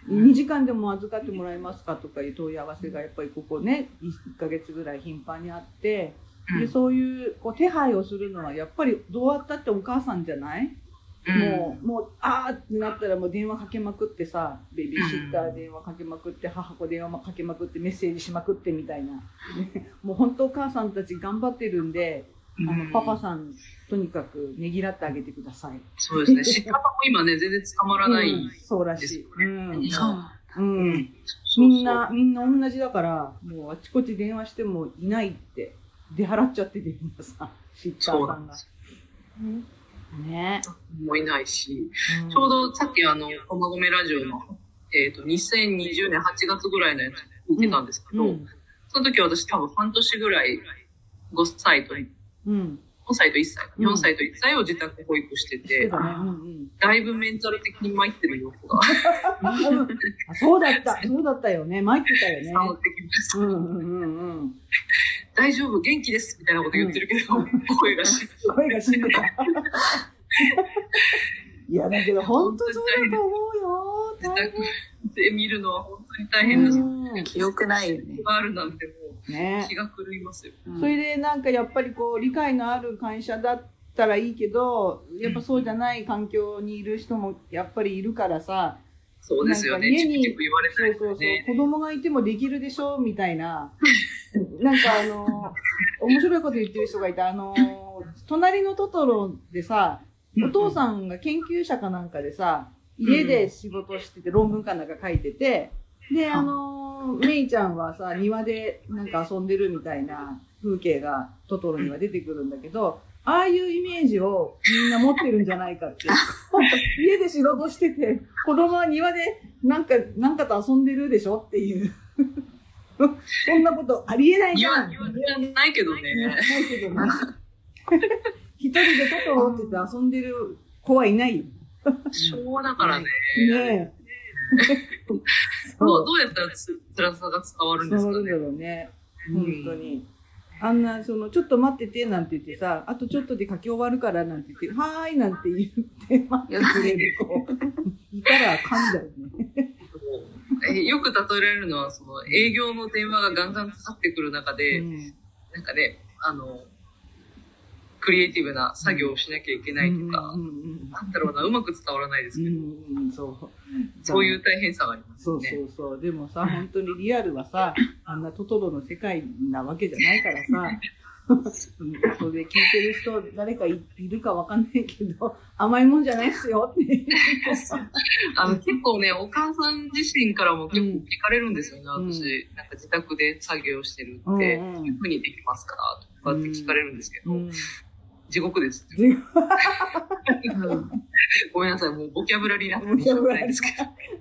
2時間でも預かってもらえますかとかいう問い合わせがやっぱりここね1ヶ月ぐらい頻繁にあってでそういうこう手配をするのはやっぱりどうあったってお母さんじゃない
うん
もう、もう、あーってなったらもう電話かけまくってさ、ベビーシッター電話かけまくって、母子電話かけまくって、メッセージしまくってみたいな。 もう本当お母さんたち頑張ってるんで、
うん
あの、パパさん、とにかくねぎらってあげてください。
そう ですね。仕方も今ね、全然捕まらない。
うんそうらしい。うん。
そう。
うん。
そうそう
みんな、、みんな同じだから、もうあちこち電話してもいないって、出払っちゃってて、みんなさ、シッタ
そ
ー
う
さ
なんんで
が
す。。
ね。
もういないし、
ん
ちょうどさっきあの、駒込ラジオの、えっ、と、2020年8月ぐらいのやつ聞いてたんですけど、
うん。
その時私多分半年ぐらい、5歳と、4
うん。
歳と1歳、
うん
4歳と1歳を自宅保育して
して
て、
たね。うんうん。
だいぶメンタル的に参ってるよ、僕が。
あそうだった、そうだったよね。参ってたよね。
伝わってきます
うんうんうんうん。
大丈夫、元気です、みたいなこと言ってるけど、 声がし、
声が死んでた。いや、だけど本当そうだと思うよ。
自
大
宅で見るのは本当に大変
変
な仕
うん
記憶ないよね
事。があるなんてもう
ね
気。が狂いますよ。
うん
それでなんかやっぱりこう理解のある会社だったらいいけど、やっぱそうじゃない環境にいる人もやっぱりいるからさ、
そうですよね。
なんか
チ
家
ク
に
チク言われた
そう
りと
そう
か
そう
ね。、
子供がいてもできるでしょみたい な、なんかあの、面白いこと言ってる人がいた、あの、隣のトトロでさ、お父さんが研究者かなんかでさ、家で仕事してて、論文かなんか書いてて、で、あの、メイちゃんはさ、庭でなんか遊んでるみたいな風景がトトロには出てくるんだけど、ああいうイメージをみんな持ってるんじゃないかって。 家で仕事してて、子供は庭でなんか、なんかと遊んでるでしょっていう。そんなことありえないじ
言
ゃ
わ
ん。
言わないけどね。
ないけどね。一人でトトロって言って遊んでる子はいないよ。
昭和だからね。
ねえ。
どうどうやったらつ辛さが伝わるんです
そ
か
う
ね
だ。ろうね。
うん
本当に。あんな、その、ちょっと待ってて、なんて言ってさ、あとちょっとで書き終わるから、なんて言って、はーい、なんて言って待ってくれる子。いたら噛んだよね。
えよく例えられるのは、その営業の電話がガンガンかかってくる中で、
うん
なんかね、あの、クリエイティブな作業をしなきゃいけないとか、
うんうん
なんだろうな、うまく伝わらないです
うん
け
う
ど、
んうん、そう。
そういう大変さがあります
そ
よ
う
ね。
そうそう。でもさ、本当にリアルはさ、あんなトトロの世界なわけじゃないから さ、うんそれで聞いてる人、誰かいいるかわかんないけど、甘いもんじゃないっすよっていう。
あの結構ね、お母さん自身からも結構聞かれるんですよね、
うん
私。なんか自宅で作業してる
う
っ
ん
て、
うん
どういうふうにできますかとかって聞かれるんですけど、地獄ですって。
全
ごめんなさい、もうボキャブラリーなんか
部
も
しゃぶら
ない
れ
んですけ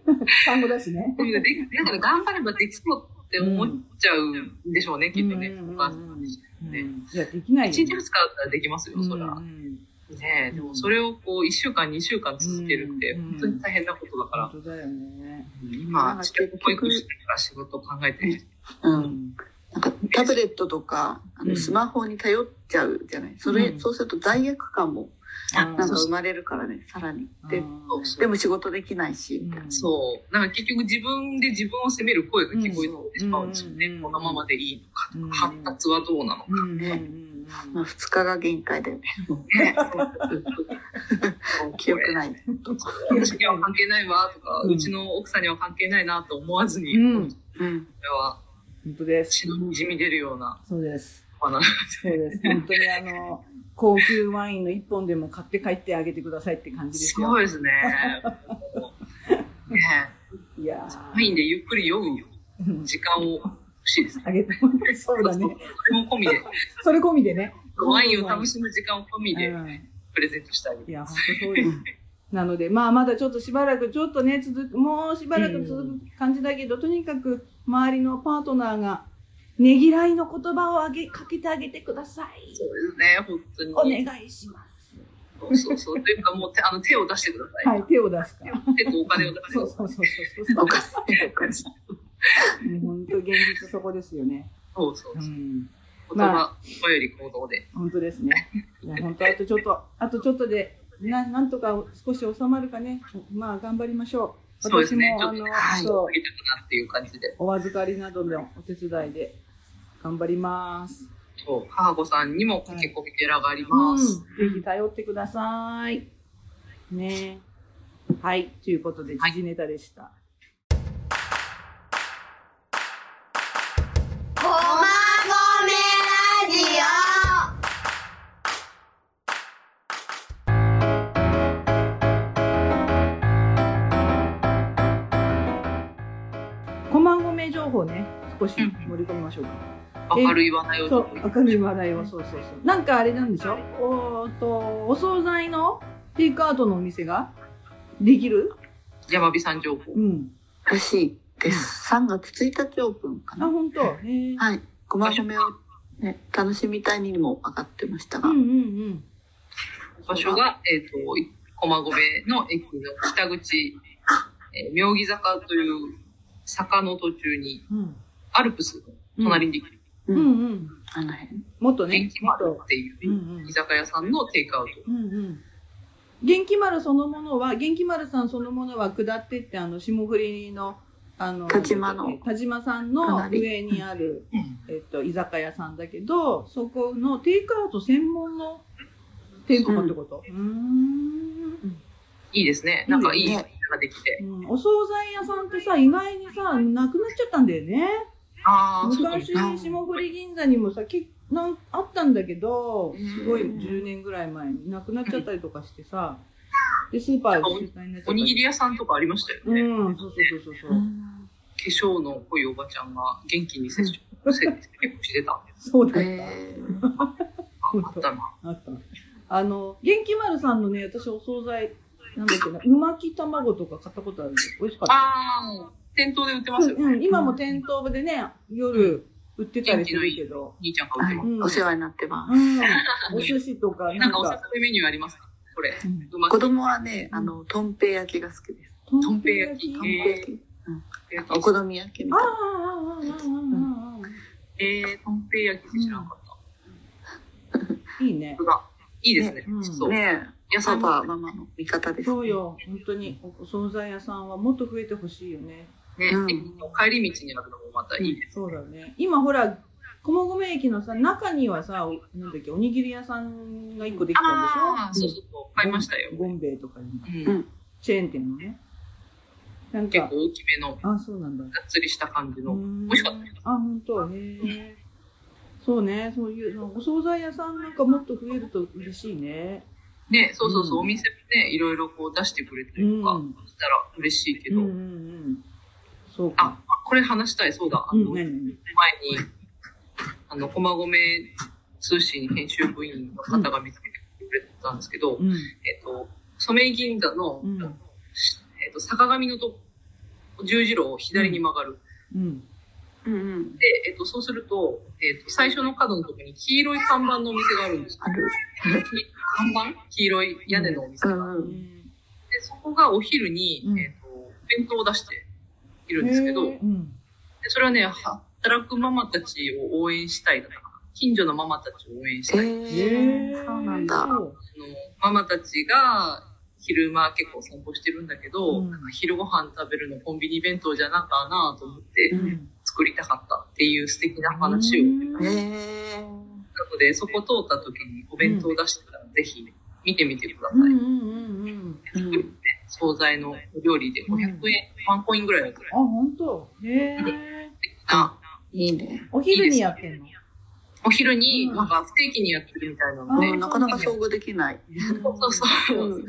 ど。
単語だしね。
ででだから頑張ればできそうって思っちゃうんでしょうね、きっとね。
うん
お母さんに。
うん
ね
いや、できないよ、
一日二日だったらできますよ、そら。
うんうん
ねえ、でもそれをこう、一週間、二週間続けるって、
うん
本当に大変なことだから、
本当だよね。
今、
なんか
自宅保育してから仕事を考えてる。
うん。なんかタブレットとか、あ
う
の
ん
スマホに頼っちゃうじゃない。それ、
うん
そうすると罪悪感も
あ
なんか
ー
生まれるからね、さらに。で、
そうそう
でも仕事できないし。
そう。なんか結局自分で自分を責める声が聞こえてしまうんですよね。
うん
このままでいいのかと
うん
か、発達はどう なのか。
うんうんうんうん
まあ、二日が限界だよね。
ね、
記憶ない。
私には関係ないわとか、
う
うんちの奥さんには関係ないなと思わずに、
うん
こ
うん。
れは
本当です。
血のにじみ出るよ うな
そうです。
お話。
そう です。本当にあの、高級ワインの一本でも買って帰ってあげてくださいって感じですすよ。
ごいですね。もうね
いや
ワインでゆっくり酔う
ーうん
時間を欲しいですね。
あげてそうだね。
それも込みで、
それ込みでね。
ワインを楽しむ時間を込みで
うん
プレゼントしてあげ
い
る。
や、本当そうです。なので、まあ、まだちょっとしばらく、ちょっとね、続く、もうしばらく続く感じだけど、とにかく周りのパートナーが、ねぎらいの言葉をあげ、かけてあげてください。
そうですね、本
お
当
願
に。
いします。
そうそうそう。というかもう手あの手を出してくださ。
はいい、手を出すから。
手とお金を出して
そ
く
う
ださい。
そうそうそうそ
お
う。
かしいおかしい
もう本当現実そこですよね。
そうそう
う
そう。
ん。
言
ま
葉、声より行動で。
本当ですね。いや本当あとちょっとあとちょっとでななんとか少し収まるかね。まあ頑張りましょう。
そうですね。ちょ
あ
っと、
の、
はい、
そう
行きたくなっていう感じで。
お預かりなどのお手伝いで頑張ります。
そう。母子さんにも駆け込み寺があります。
ぜひ頼ってください。ねえ。はい、ということで、時事ネタでした。
ごまごめラジオ
駒込情報ね、少し
うん
盛り込みましょうか。
明るい話題をち
そ
ょ
う
っと、
明るい話題を、そうそうそう。なんかあれなんでしょおーっと、お惣菜のテイクアウトのお店ができる
山火さん情報。
うん。
らしいです3月1日オープンか
あ、
な
本当。へえ。
はい駒込をね楽しみたいにも上がってました
う
が、
んうん
場所が、えっ、と、い駒込の駅の北口、えー妙義坂という坂の途中に、
うん。うん。
アルプスの隣にできる、
う
うんん
うん。
あの辺
もっとね
元、気
もっ
丸
と。
って
う
い
ん
う
うん
居。酒屋さんのテイクアウト。
うんうん。元気丸そのものは、元気丸さんそのものは下ってって、あの、霜降りの、あの、
田島の
田島さんの
隣
上にある、えっと、居酒屋さんだけど、そこのテイクアウト専門の店舗ってこと、うーん、
いいですね。なんかいい
いい
の
ね
ができて。
うんお惣菜屋さんってさ、意外にさ、なくなっちゃったんだよね。
ああ、そうかも
昔
しれない。
霜降り銀座にもさけなんあったんだけどすごい
うん
10年ぐらい前になくなっちゃったりとかしてさでスーパーで主体になっちゃ
お
った
にぎり屋さんとかありましたよ
う
ね。化
んそうそうそうそう、
粧の濃いおばちゃんが元気に接触、接結構してたんです。
そうだった、
えー
本
あっ
当
たな。
あったあの元気丸さんのね私お惣菜なんだっけなうまき卵とか買ったことあるんで美味しかった
ああ、店頭で売ってますよね。
うん、今も店頭でね夜売ってたりするけど、
兄ちゃんが売ってます。
うん
お世話になってます
うん、お寿司とか
な
なん
んかおす
か
すめメニューありますかこれ。
うん
うま
子
く
供はねあのとんぺい焼きが好きです
と
とんぺい焼き
とんぺい焼きお
お
好み焼きみ
ああ
たいな
あああああああああ
えー、とんぺい焼きって知らなかった。
いいね。
いいですね。
うん
そう。
ねえ
野
パ
菜
パ
は
ママの味方です、ね、
そうよ、本当にお惣菜屋さんはもっと増えてほしいよね。
ね、
うん
駅の帰り道になるのもまたいいです。
そうだね。今ほら、駒込駅のさ、中にはさ、おなんだっけ、おにぎり屋さんが一個できた
あ
ん
あ、
でし
そ
ょ
うそうそう。買いましたよ。
ゴンベイとかにも
う。ん
うん
チェーン店のね。なん
結
か
構、大きめの、が
あ、そうなんだ。
っつりした感じ
う
の。
ん
美味しかったよ
あ、本当へえ。そうね、そういう、お惣菜屋さんなんかもっと増えると嬉しいね。
ね、そうそうそうう。
ん
お店もね、いろいろこう出してくれたりとか
うん
したら嬉しいけ
うん
ど
うんう。ん。そうか。
あこれ話したい、そうだ。あ
う
の
ん、
前
何
に、
何
あの、駒込通信編集部員の方が見つけてくれたんですけど、
うん。
えっと、染井銀座の、
うん
えっと、坂上のと十字路を左に曲がる。
うん。
うんうん
で、えっと、そうすると、えっと、最初の角のとこに黄色い看板のお店があるんですよ
ある
看板黄色い屋根のお店
う
が。
ん
う
うん
ん
で、そこがお昼に、
うん
えっと、弁当を出しているんですけど、
へ
で
ーうん
それはね、働くママたちを応援したいだったかな。近所のママたちを応援し
え
たい。
ー、そうなんだ
そう
あのママたちが昼間結構散歩してるんだけど、
うん
なんか昼ご飯食べるのコンビニ弁当じゃなかなと思って
うん
作りたかったっていう素敵な話を、
う
なの
ん
えー、
でそこ通った時にお弁当出してたらぜひ見てみてください、
うんうんう
う
ん。
ん
惣菜のお料理で500円、ワンコインぐらいのくらい
あ、本当。へえ。
あ
いいね
お昼にやってんの。
お昼に
うん
なんか不定期にやってるみたいなの
あ
で、
ー
なかなか遭遇できない。
そうそうそう、
うん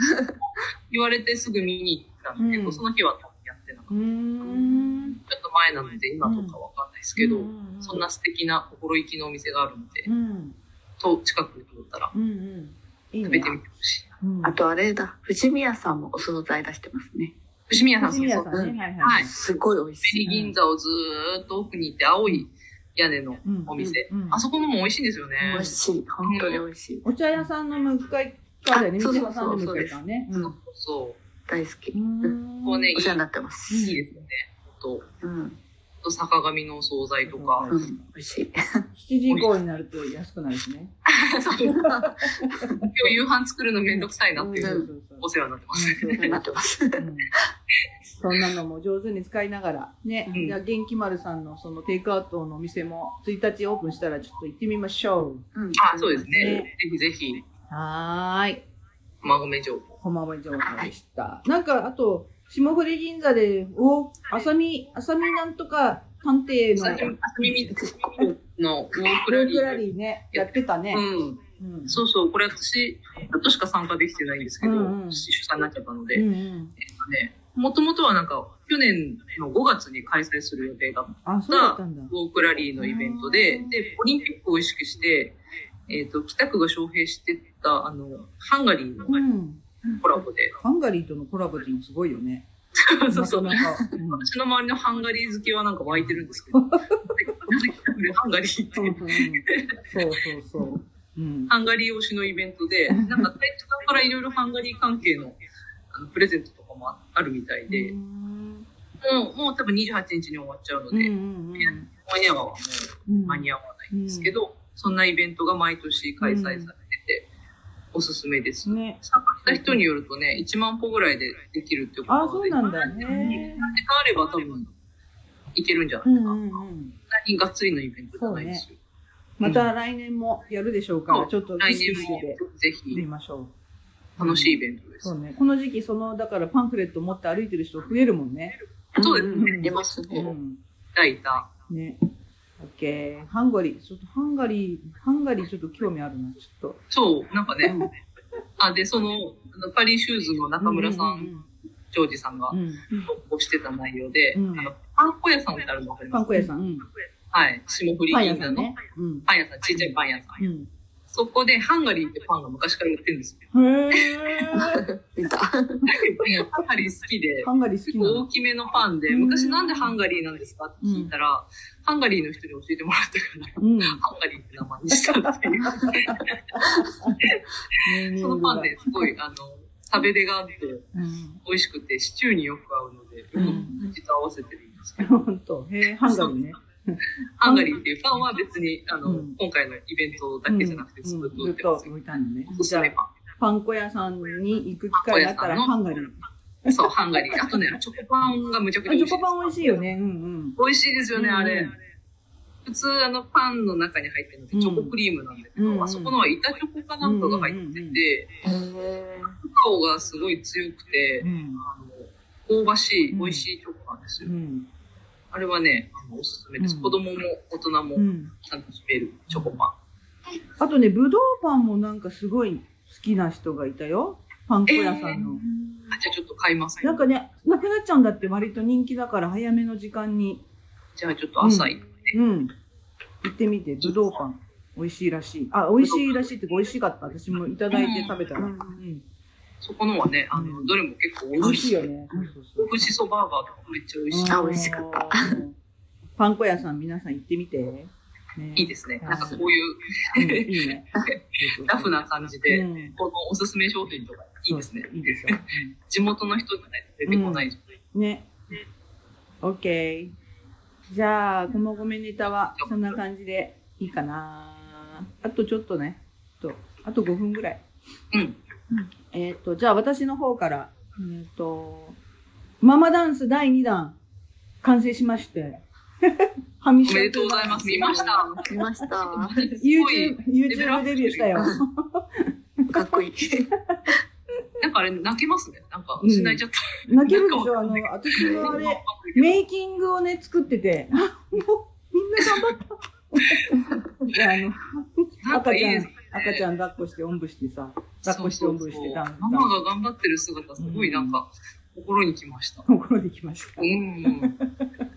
言われてすぐ見に行ったんだけど、
うん
その日は多分やってなかった
うーん。
ちょっと前なので今とかわかんないですけど、
うん
そん。な素敵な心意気のお店があるので、
うん。
と近くに通ったら
うんうん。いい
食べ
ね
て。みてほしい。
うん
あとあれだ、藤宮さんもお惣菜出してますね。
伏宮さん、
藤宮さん
そう
ね。はいは。
はいい。
すごい美味しい。
紅銀座をずーっと奥に行って、青い屋根の
うん
お店。
うん
あそこのも美味しいんですよね。
美味しい。本当に美味しい。
お茶屋さんの向かいからだよね。
あそ
道
うそう
端の向かいからね。
そうそ
大好き
う。ん
う。こうね、いい
お世話になってます。
いいですよね。と、
うん。
と坂上のお惣菜とか。
うん。美味しい。
7時以降になると安くなるしね。
今日夕飯作るのめんどくさいなっていう、
うんそうそう
お世話になってます。
そう
なってます。
うんそんなのも上手に使いながら。ね。
うん
じゃあ、元気丸さんのそのテイクアウトのお店も1日オープンしたらちょっと行ってみましょう。
うん
あ、そうですね。
ね
ぜひぜひ、
はーい。
馬込情報。
駒場情報でした。なんか、あと、霜降り銀座で、お、浅見、浅見なんとか探偵
さ
の
っき、も、あみみのウォークラ
ル
リ
ークラ
ー。
リーね、やってたね。
うん。
うん
そうそう、これ私、あとしか参加できてないんですけど、
うんうん
主催になっちゃったので、
うんうん。
ね、もともとはなんか、去年の5月に開催する予定だった
あ、そうだったんだ。
ウォークラリーのイベントで、で、オリンピックを意識して、えっ、と、北区が招聘してた、あの、ハンガリーの
うん。
コラボで、
ハンガリーとのコラボっていうのすごいよね。
そうそう、
なかなか。
私の周りのハンガリー好きはなんか湧いてるん ですけど、なんで北区でハンガリーって
うんうんうんそうそうそう。うん。
ハンガリー推しのイベントで、なんか、隊長さんからいろいろハンガリー関係のあのプレゼントとかもああるみたいで、
うん
もう、もう多分28日に終わっちゃうの
う
で、間
ん
に合わはも
うん。
う間に合わないんですけど、そんなイベントが毎年開催されてて、おすすめです。
ね。
参加した人によるとね、1万歩ぐらいでできるってことな
あ、
の
そ
で、
うなんだ
時
ね。
間あれば多分、いけるんじゃな
う
い
ん
か
う
な。そん
んうん。
なにがっつりのイベントじゃないですよ。
また来年もやるでしょうか
そう
ちょっと
来
意識
年
して
も
て
ぜ
み
ひ
ましょう。
楽しいイベントです
そう。ね。この時期、その、だからパンフレット持って歩いてる人増えるもんね。
そうです
ね
います
う
ね。
ん。
抱いた。
ね。オッケー。ハンガリー、ちょっとハンガリー、ハンガリーちょっと興味あるな、ちょっと。
そう、なんかね。あ、で、その、あのパリシューズの中村さん、ジョージさんが
うんうんうん。
投稿してた内容で、
うん
あのパン粉屋さんってあるのわかり
パ
ま
ン
す
粉屋さん。うん
はい。霜降り
パン屋
銀
さ
座
ん
の
ね。うん。
パン屋さん、ちっちゃいパン屋さん。
うん。
そこでハンガリーってパンが昔から売ってるんですよ。
へー。
見た。
ハンガリー好 きで、
ハンガリー好
結
きな
構
の
大。きめのパンで、
うん
昔なんでハンガリーなんですかって聞いたら、ハンガリーの人に教えてもらったか
う
ら、
ん。
ハンガリーって名前にしたっていう。
ネーミン
そ
グ
の
が
パンね、すごい、あの、食べれがあって、
うん。
美味しくて、シチューによく合うので、よ
うん
く口と合わせてるんですけど、
本当。へえ、ハンガリーね。
ハンガリーっていうパンは別に、あの、
うん
今回のイベントだけじゃなくて、
うん
ずっと売
ず
っ
ってと
ます。
置いたのね。
おす
じ
す
ゃ
め
あ、
パ
パン粉屋さんに行く機会があったらハンガリー。
ン。そう、ハンガリー。あとね、チョコパンがむちゃくちゃ
あチ
美
ョコ
味しいです。
パン美味しいよね。うん
美味しいですよね、
うん
あれ。普通、あの、パンの中に入ってるのってチョコクリームなんだけど、
うん
あそこのは板チョコかなんかが入って
うんうんうん
て、
へえ。
カカオがすごい強くて
う、ん。
あの、香ばし
う
い、
ん
美味しいチョコなんです
う
よ。
ん。
あれはね、あのおすすめです。
うん
子供も大人も
うん。
楽しめるチョコパ
あとね、ぶどうパンもなんかすごい好きな人がいたよ。パン粉屋さんの。
ン。あじゃあちょっと買います。
なんかね、なくなっちゃうんだって割と人気だから早めの時間に。
じゃあちょっと朝行って
うん。行ってみて、ぶどうパン。美味しいらしい。あ、美味しいらしいって美味しかった。私もいただいて食べたら。うん。
そこのはね、あの、
うん
どれも結構美
美味
味
しい
しい。
よね。そうそうそう
お。しそバーガーとかめっちゃ美味しい。
あ美味しかった
うん。パン粉屋さん皆さん行ってみて。ね
いいですね。
うん
なんかこういう
うんいいね。
ラフな感じで、
うん
このおすすめ商品とかいいですね
そう。そういいですよ。
地元の人じゃないと出てこないじゃない
うんね。OK。じゃあ、こまごめネタはそんな感じでいいかな。あとちょっとね。あとあと5分ぐらい。
うん。
えっ、と、じゃあ私の方から、えっ、と、ママダンス第2弾、完成しまして。はみ
おめでとうござい ます。見ました。
見ました。か
YouTube,
レベルア
YouTube
ップしてる
デビューしたよ。
っこいい。
なんかあれ泣けますね。なんか失いちゃった。
泣けるでし
なん
ょ
か
あの、私のあ
わかん
れ、
ないけど
メイキングをね、作ってて、あもう、みんな頑張った。であの、赤ちゃ
なんかいいで
ん
すね。
赤ちゃん抱っこして、おんぶしてさ、抱っこして、おんぶしてダ
そう
ウン
そうそうママが頑張ってる姿、すごいなんか、心にきました。
心できました。
うん。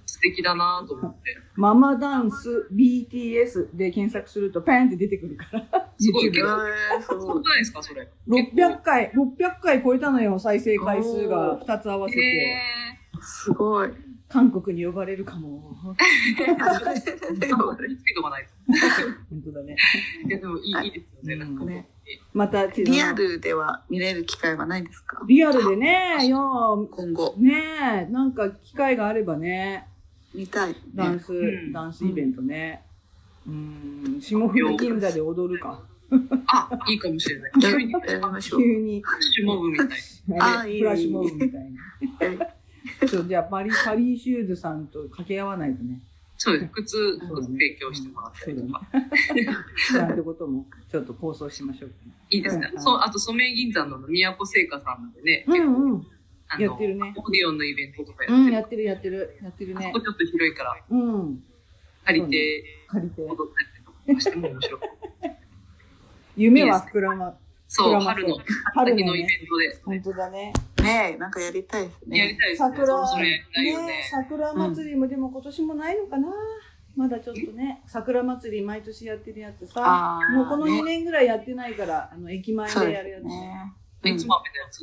素敵だなと思って。
ママダンス BTS で検索するとペンって出てくるから。
すごい
YouTube
けど
えー、す
そう
ごい。
じゃないですか、それ。
600回、600回超えたのよ、再生回数が2つ合わせ
え
て。
すごい。
韓国に呼ばれるかも。
ー、なんか見つけとかないと。
本当だね。
いや、でもいいいいですよね、なんかね。
また、
リア。ルでは見れる機会はないんですか
リアルでね、よ
今後
う、ねえ、なんか機会があればね、
見たい、ね。
ダンス、
うん
ダンスイベントね。うん、下船銀座で踊るか。
あ、いいかもしれない。
や
急にフ
やりましょう。
急に、
ラッシュモブみたいな。
あ
あ
れ
いい
フラッシュモブみたい
いい
な。ちょじゃあパリ、パリーシューズさんと掛け合わないとね。
そうです。靴、
そうだね
提供してもらったりとか。
なんてことも、ちょっと構想しましょう。
いいですね
う。ん
そう、あと、ソメイ銀座の宮古製菓さんでね、
うんうん。
あ
や
の、
っ
オ
てるね
ーディオンのイベントとかやっ
うん、
て
や
る。
ってるやってる。やってる
あそ
ね
こ。ちょっと広いから、
うん。
借りて
借りて。
踊ったりとかしても面白い。
夢は膨らま。
そ
膨ら
う、
ませ
春
る
の、
春
春
の
のイベ
ね。
ントで。
本当だね。
ねえ、なんかやりたいです
やり
ね。
たいですね。
桜、
それやりたいよ
ね
ね。
桜祭りもでも今年もないのかな。まだちょっとね、桜祭り毎年やってるやつさ。
あー
もうこの2
ね
年ぐらいやってないから、あの、駅前
そう
で
で
や
す
るやつ。
ね。う
い
ん
つも雨のやつ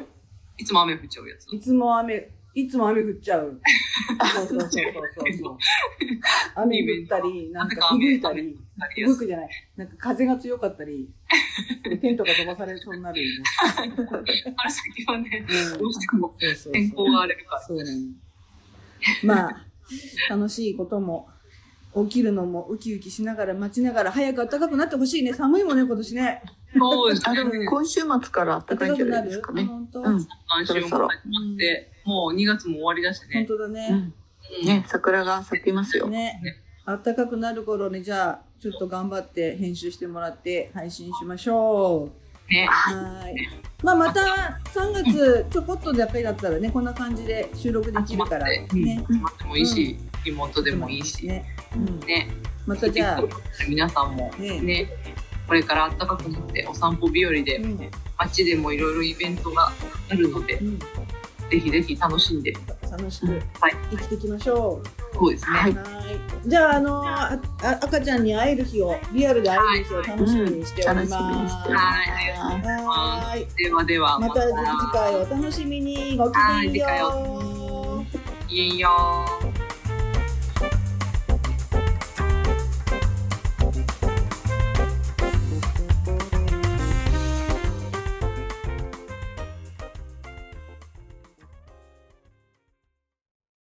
んいつも雨降っちゃうやつ。
いつも雨、いつも雨降っちゃう。そう そうそうそうそう。雨降ったり、なんか吹雪いたり。
あり
吹
やす
雪じゃない。なんか風が強かったり、テントが飛ばされそうになるよね。
い春先はね、
うん
どうしても
そうそうそう
天候が荒れるから。
そうなの。まあ、楽しいことも、起きるのもウキウキしながら待ちながら早く暖かくなってほしいね。寒いもんね、今年ね。
そうです
あ、
ね
で。も今週末から暖
暖
か
か
いんじ
く
ゃな
ない
です
る
か
あ
ね。
本当、
うん。
安心をもらって、もう2月も終わりだし
本
ね。
当だ
う
ね。
ん。ね、桜が咲きますよ。
ね。暖かくなる頃に、じゃあ、ちょっと頑張って編集してもらって配信しましょう。
ね。
はい。まあまた3月ちょこっとだけだったらねこんな感じで収録でき
集
る
まっ
からね
て、。集まってもいいし、リモートでもいいし。
ね。うん。
ね。
またじゃあ
皆さんも
ね
ね、これから暖かくなってお散歩日和
う
で、
ん
街でもいろいろイベントがあるので
う、ん
ぜひぜひ楽しんで、
楽しく
はい
生きていきましょ
そうですね。
う。
は
はい
い。。
じゃああのああ赤ちゃんに会える日をリアルで会える日を楽しみにしてお
楽
り
しみに
ま
し
す
て。
はい
ます。
はーい。
ではでは、
また次回お楽しみにごきげんよ
は
う。
いいいよー。